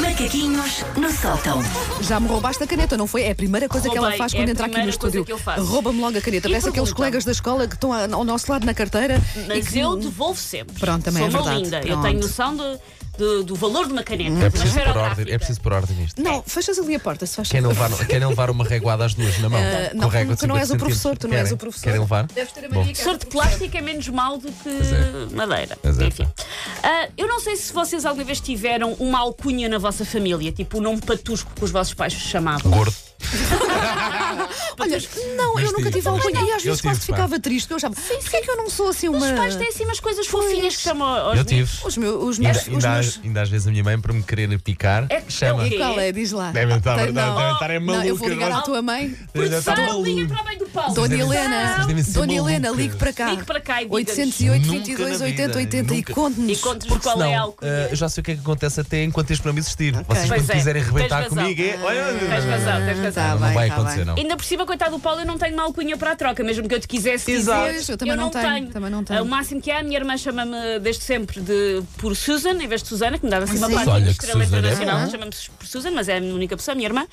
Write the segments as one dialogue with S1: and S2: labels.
S1: Macaquinhos no sótão.
S2: Já me roubaste a caneta, não foi? É a primeira coisa que ela
S3: Roubei,
S2: faz
S3: é
S2: quando
S3: a
S2: entra aqui no
S3: primeira coisa
S2: estúdio.
S3: que eu faço.
S2: Rouba-me logo a caneta.
S3: E
S2: Parece aqueles
S3: pergunta-me.
S2: colegas da escola que estão a- ao nosso lado na carteira. e
S3: Mas
S2: que...
S3: eu devolvo sempre.
S2: Pronto, também
S3: Sou
S2: é
S3: uma
S2: verdade.
S3: linda. Eu
S2: Pronto.
S3: tenho noção de- de- do valor de uma caneta.
S4: É preciso,
S3: Uma
S4: por
S3: esferográfica.
S4: ordem, é preciso por ordem isto.
S2: Não, fechas ali a porta, se faz
S4: Querem
S2: favor.
S4: levar, querem levar uma reguada às duas na mão?
S2: Ah,
S4: Com
S2: não,
S4: régua de
S2: tu não és o
S4: 50
S2: professor, tu não és
S4: centímetros.
S2: o professor.
S4: Querem levar?
S2: Deves ter a
S4: Bom,
S2: mania que-
S3: Soro de plástico é menos mau do que
S4: é.
S3: madeira.
S4: Pois é,
S3: Enfim.
S4: pá.
S3: Ah, eu não sei se vocês alguma vez tiveram uma alcunha na vossa família, tipo o nome patusco que os vossos pais vos chamavam.
S4: gordo.
S2: Olha, não, eu
S4: Mas
S2: nunca
S4: tive.
S2: tive alguma. E às
S4: Eu
S2: vezes quase
S4: tive, pá.
S2: ficava triste. Eu achava, porquê é que eu não sou assim
S3: Os
S2: uma.
S3: pais têm assim umas coisas fofinhas que chamam aos
S4: Eu tive.
S3: miúdos.
S2: Os meus. Os meus,
S4: Ainda,
S2: os
S4: ainda,
S2: meus...
S4: ainda às vezes a minha mãe, para me querer picar,
S3: É que
S4: chama.
S3: é o quê?
S2: Qual é? Diz lá.
S4: Devem estar-
S2: Tem-
S4: devem
S2: não.
S4: estar é
S2: Não, eu vou
S4: maluca,
S2: ligar à
S4: não.
S2: tua mãe.
S4: Ainda está
S3: Sara,
S4: maluco.
S3: liga para a mãe do Paulo.
S2: Dona
S4: devem-
S2: Helena,
S4: vocês devem ser
S2: Dona Helena,
S4: malucas.
S2: ligue para cá.
S3: Ligue para cá e diga-nos.
S2: 808
S4: Nunca na
S2: 22
S4: vida,
S2: 80 80 e
S4: nunca.
S2: conte-nos.
S3: E conte-nos qual
S4: Senão,
S3: é a alcunha.
S4: eh, eu já sei o que é que acontece até enquanto este não existir. Vocês,
S3: Pois
S4: quando
S3: é,
S4: quiserem
S3: tens
S4: rebentar
S3: razão.
S4: comigo, é. Olha, eh,
S3: Tens razão, tens razão.
S2: Tá
S4: não
S2: bem,
S4: vai
S2: tá
S4: acontecer,
S2: bem.
S4: não.
S3: Ainda por cima, coitado do Paulo, eu não tenho uma alcunha para a troca, mesmo que eu te quisesse
S4: Exato.
S3: dizer.
S2: Pois, eu também não tenho, também não tenho.
S3: Ah, O máximo que há, a minha irmã chama-me desde sempre de, por Susan, em vez de Susana, que me dava assim uma
S2: Ah, Sim.
S3: patina
S4: Olha
S3: de
S4: que
S3: estrela
S4: Susan é
S3: internacional.
S4: bom.
S3: Chama-me por Susan, mas é a minha única pessoa, a minha irmã.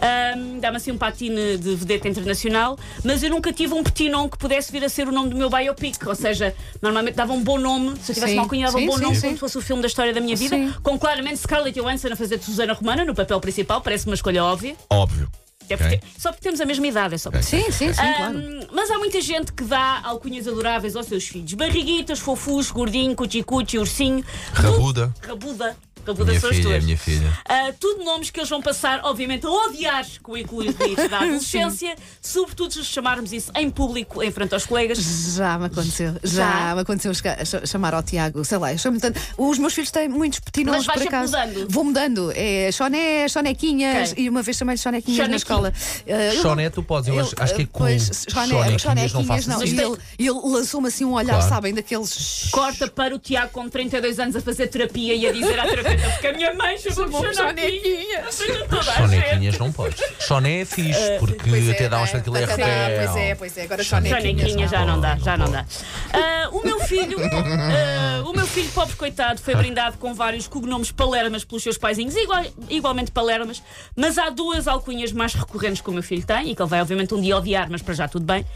S3: Ah, dá-me assim um patine de vedeta internacional, mas eu nunca tive um petit nome que pudesse vir a ser o nome do meu biopic. Ou seja, normalmente dava um bom nome, se eu tivesse
S2: Sim.
S3: uma alcunha, dava
S2: Sim,
S3: um bom
S2: sim,
S3: nome,
S2: sim.
S3: como se fosse o filme da história da minha vida,
S2: Sim.
S3: com claramente Scarlett Johansson a fazer de Susana Romana no papel principal, parece uma escolha óbvia.
S4: Óbvio.
S3: Até É porque-
S4: Ok.
S3: Só porque temos a mesma idade, é só por
S4: Ok.
S3: isso.
S2: Sim, sim, sim, claro.
S3: Ahm, mas há muita gente que dá alcunhas adoráveis aos seus filhos. Barriguitas, fofus, gordinho, cuti-cuti, ursinho.
S4: Rabuda.
S3: Tu- Rabuda. Rabuda
S4: Minha
S3: são as
S4: filha,
S3: tuas.
S4: minha filha.
S3: Ah, tudo nomes que eles vão passar, obviamente, a odiar com o incluído da adolescência, sobretudo se os chamarmos isso em público, em frente aos colegas.
S2: Já me aconteceu, já,
S3: Já?
S2: me aconteceu chega- cha- chamar ao Tiago, sei lá, eu chamo tanto. Os meus filhos têm muitos petinões
S3: Mas vais
S2: por
S3: sempre
S2: acaso.
S3: mudando?
S2: Vou mudando, é choné, chonequinhas,
S3: Ok.
S2: e uma vez chamei-lhe chonequinhas na
S3: Chonequinho.
S2: escola. Eh, eu-
S4: Choné, tu podes, eu acho- acho que é cool.
S2: Pois, choné,
S4: Chonequinhas, não
S2: chonequinhas,
S4: faças
S2: não. E
S4: isso.
S2: ele, ele lançou-me assim um olhar,
S4: Claro.
S2: sabem, daqueles.
S3: Corta para o Tiago com 32 anos a fazer terapia e a dizer à terapeuta porque a minha mãe chamou-me
S2: Chonequinhas.
S3: Chonequinha.
S4: Chonequinhas não podes. Choné é fixe, porque
S2: Pois é,
S4: até dá um
S2: não é?
S4: aspecto que ele é
S2: Até dá,
S4: rebelde.
S2: Pois é, pois é, agora
S3: Joanequinha
S2: chonequinhas.
S3: já não dá,
S4: pode,
S3: já não dá.
S4: pode.
S3: Ah, o meu filho, ah, o meu filho pobre coitado, foi brindado com vários cognomes palermas pelos seus paizinhos, igual- igualmente palermas, mas há duas alcunhas mais recorrentes que o meu filho tem e que ele vai obviamente um dia odiar, mas para já tudo bem.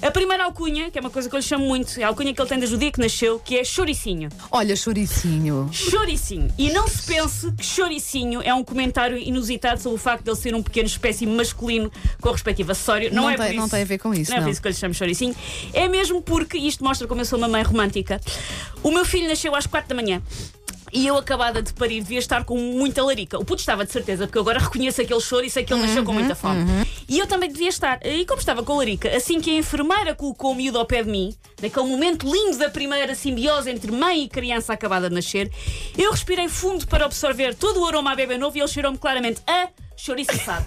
S3: A primeira alcunha, que é uma coisa que eu lhe chamo muito, é a alcunha que ele tem desde o dia que nasceu, que é choricinho.
S2: Olha, choricinho.
S3: Choricinho. E não se pense que choricinho é um comentário inusitado sobre o facto de ele ser um pequeno espécime masculino com a respectiva acessório. Não,
S2: Não
S3: é
S2: tem-
S3: por isso.
S2: não tem a ver com isso,
S3: Não, é
S2: não.
S3: por isso que eu lhe chamo choricinho. É mesmo porque isto mostra como eu sou uma mãe romântica. O meu filho nasceu às quatro da manhã. E eu, acabada de parir, devia estar com muita larica. O puto estava de certeza, porque eu agora reconheço aquele choro e sei que ele nasceu com
S2: Uhum,
S3: muita fome. E eu também devia estar. E como estava com larica, assim que a enfermeira colocou o miúdo ao pé de mim, naquele momento lindo da primeira simbiose entre mãe e criança acabada de nascer, eu respirei fundo para absorver todo o aroma a bebê novo e ele cheirou-me claramente a chouriço assado.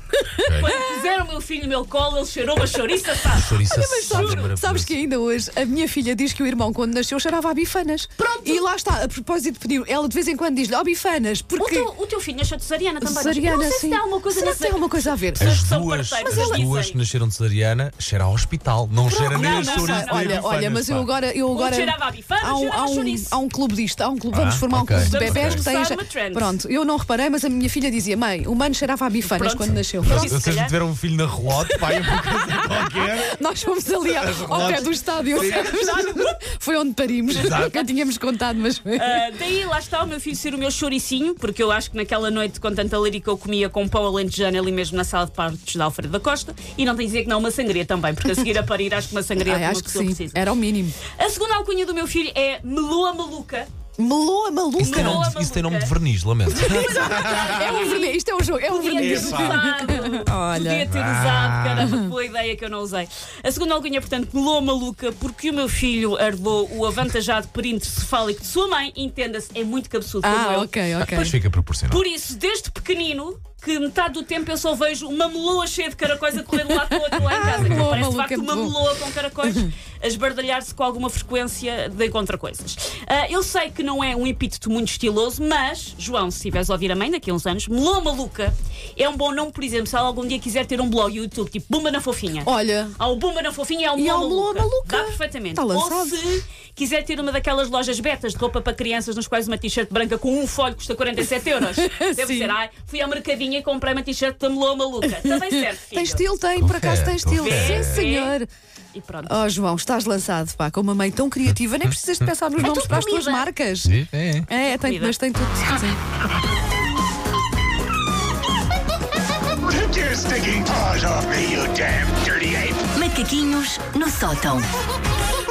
S3: Quando puseram o meu filho no meu colo, ele cheirou-me a chouriço assado.
S4: Chouriça assada,
S2: Sabes,
S4: é maravilhoso.
S2: sabes que ainda hoje a minha filha diz que o irmão, quando nasceu, cheirava a bifanas. Pronto. E lá está, a propósito, pediu. Ela de vez em quando diz-lhe, ó bifanas,
S3: O
S2: porque.
S3: teu, o teu filho nasceu de cesariana também.
S2: Cesariana,
S3: não sei se
S2: sim.
S3: tem alguma coisa
S2: Será que
S3: nessa-
S2: tem alguma coisa a ver?
S3: Mas
S4: As
S3: são
S4: duas,
S3: parteiras,
S4: as
S3: elas
S4: duas
S3: dizem.
S4: que nasceram de cesariana cheira a hospital. Não cheira nem
S3: não,
S4: a
S3: não,
S4: chouriço.
S3: não,
S4: nem a
S2: Ah, Olha,
S4: bifanas,
S2: olha, mas eu
S4: pá.
S2: agora. Eu agora
S3: cheirava a bifanas,
S2: há um,
S3: cheirava
S2: há,
S3: a
S2: um,
S3: chouriço.
S2: há um clube disto, há um clube.
S4: Ah,
S2: vamos formar
S4: ok.
S2: um clube de
S4: Vamos
S2: bebés que
S3: começar
S2: têm.
S3: uma trend.
S2: Pronto, eu não reparei, mas a minha filha dizia: mãe, o mano cheirava a bifanas
S3: Pronto.
S2: quando nasceu.
S3: Mas
S2: Pronto,
S3: isso-
S4: Vocês
S3: calhar-
S4: tiveram um filho na relote, pá, é uma coisa qualquer.
S2: nós fomos ali ao, ao pé do estádio. Foi onde parimos. Nunca tínhamos contado, mas foi.
S3: Ah, daí lá está o meu filho ser o meu choricinho, porque eu acho que naquela noite com tanta lírica eu comia com pão alentejano ali mesmo na sala de partos da Alfredo da Costa e não tem a dizer que não uma sangria também, porque a seguir a parir acho que uma sangria é
S2: Ai,
S3: o que
S2: acho
S3: uma
S2: que
S3: pessoa
S2: sim.
S3: precisa.
S2: Era o mínimo.
S3: A segunda alcunha do meu filho é Meloa Maluca.
S2: Melou a
S4: Isso
S2: maluca.
S4: tem, nome, de- isso tem nome de verniz, lamento.
S2: É um verniz, isto é um jogo, é um
S3: Podia ter
S2: verniz.
S4: Epá.
S3: usado.
S2: Olha.
S3: Podia ter usado, caramba, boa ideia que eu não usei. A segunda alcunha, portanto, melou a maluca porque o meu filho herdou o avantajado perímetro cefálico de sua mãe. Entenda-se, é muito cabeçudo como
S2: Ah,
S3: eu.
S2: ok, ok.
S4: Mas fica proporcional.
S3: Por isso, desde pequenino, que metade do tempo eu só vejo uma meloa cheia de caracóis a correr de um lado para o outro lá em casa.
S2: Ah,
S3: Que
S2: boa,
S3: parece de
S2: maluca,
S3: facto uma
S2: boa.
S3: meloa com caracóis. a esbardalhar-se com alguma frequência de encontrar coisas. Ah, eu sei que não é um epíteto muito estiloso, mas, João, se tiveres a ouvir a mãe daqui a uns anos, Melô Maluca é um bom nome, por exemplo, se ela algum dia quiser ter um blog e YouTube, tipo Bumba na Fofinha.
S2: Olha,
S3: Há o Bumba na Fofinha e há o
S2: E é um
S3: Melô
S2: há o Melô
S3: Maluca.
S2: Maluca.
S3: Dá perfeitamente.
S2: Está
S3: Ou
S2: Tá lançado.
S3: se quiser ter uma daquelas lojas betas de roupa para crianças, nas quais uma t-shirt branca com um folho custa 47 euros. Deve
S2: Sim.
S3: ser, ai, fui à mercadinha e comprei uma t-shirt da Melô Maluca. Também serve, filho.
S2: tem estilo, tem, por acaso tem estilo.
S4: confere.
S2: Sim, senhor.
S3: E pronto.
S2: Oh, João, estás lançado, pá, com uma mãe tão criativa, nem precisas de pensar nos nomes
S3: tudo
S2: para as tuas
S3: É comida.
S2: marcas.
S4: É, é.
S2: É, é, tem,
S3: Comida.
S2: mas tem tudo. Sim.
S5: Take your stinking paws off me, you damn dirty ape!
S1: Macaquinhos no sótão.